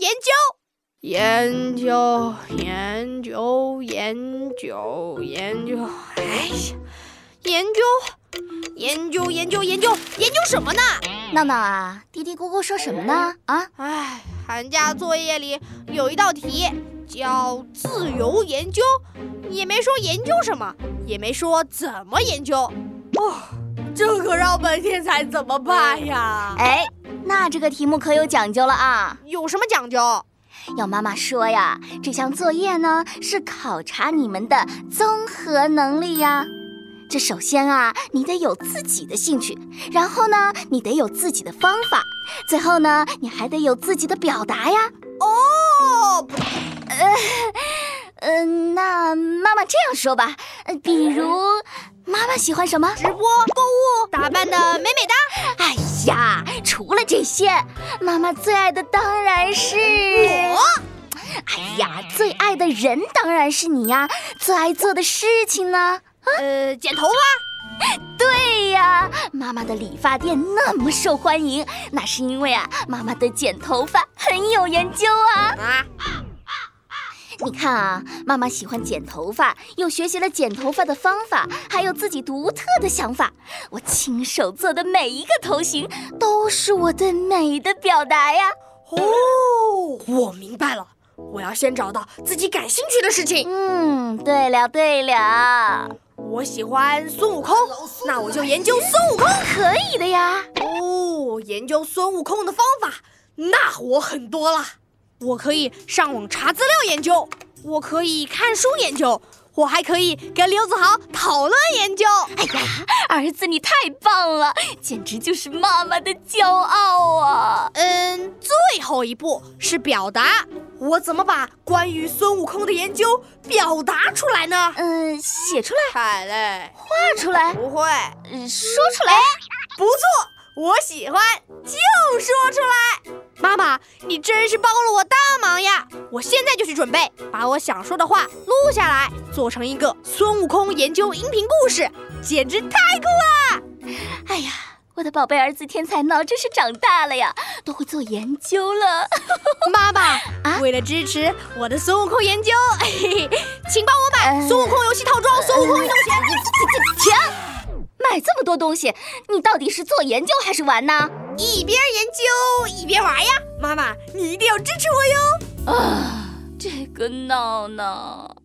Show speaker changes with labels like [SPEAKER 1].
[SPEAKER 1] 研究。
[SPEAKER 2] 研究，研究，研究，研究，哎呀，研究，研究，研究，研究，研究什么呢？
[SPEAKER 1] 闹闹啊，嘀嘀咕咕说什么呢？啊，
[SPEAKER 2] 哎，寒假作业里有一道题叫自由研究，也没说研究什么，也没说怎么研究，哦，这可让本天才怎么办呀？
[SPEAKER 1] 哎，那这个题目可有讲究了啊！
[SPEAKER 2] 有什么讲究？
[SPEAKER 1] 要妈妈说呀，这项作业呢是考察你们的综合能力呀。这首先啊，你得有自己的兴趣，然后呢，你得有自己的方法，最后呢，你还得有自己的表达呀。
[SPEAKER 2] 哦，不
[SPEAKER 1] 嗯、那妈妈这样说吧，呃，比如妈妈喜欢什么？
[SPEAKER 2] 直播购物打扮的美美哒，
[SPEAKER 1] 哎呀，除了这些，妈妈最爱的当然是我。哎呀，最爱的人当然是你呀，最爱做的事情呢？
[SPEAKER 2] 呃，剪头发，
[SPEAKER 1] 对呀，妈妈的理发店那么受欢迎，那是因为啊，妈妈对剪头发很有研究啊。
[SPEAKER 2] 啊，
[SPEAKER 1] 你看啊，妈妈喜欢剪头发，又学习了剪头发的方法，还有自己独特的想法。我亲手做的每一个头型，都是我对美的表达呀。
[SPEAKER 2] 哦，我明白了，我要先找到自己感兴趣的事情。
[SPEAKER 1] 嗯，对了对了，
[SPEAKER 2] 我喜欢孙悟空，那我就研究孙悟空。
[SPEAKER 1] 可以的呀。
[SPEAKER 2] 哦，研究孙悟空的方法，那我很多了。我可以上网查资料研究，我可以看书研究，我还可以跟刘子豪讨论研究。
[SPEAKER 1] 哎呀，儿子你太棒了，简直就是妈妈的骄傲啊！
[SPEAKER 2] 嗯，最后一步是表达，我怎么把关于孙悟空的研究表达出来呢？
[SPEAKER 1] 嗯，写出来，
[SPEAKER 2] 太累，
[SPEAKER 1] 画出来，
[SPEAKER 2] 不会，
[SPEAKER 1] 嗯说出来。
[SPEAKER 2] 不错，我喜欢，就说出来。妈妈，你真是帮了我大忙呀！我现在就去准备，把我想说的话录下来，做成一个孙悟空研究音频故事，简直太酷了！
[SPEAKER 1] 哎呀，我的宝贝儿子天才闹真是长大了呀，都会做研究了。
[SPEAKER 2] 妈妈， 为了支持我的孙悟空研究，嘿嘿，请帮我买
[SPEAKER 1] 呃
[SPEAKER 2] 孙悟空游戏套装、孙悟空运动鞋。
[SPEAKER 1] 停！买这么多东西，你到底是做研究还是玩呢？
[SPEAKER 2] 一边研究一边玩呀！妈妈，你一定要支持我哟！
[SPEAKER 1] 啊，这个闹闹。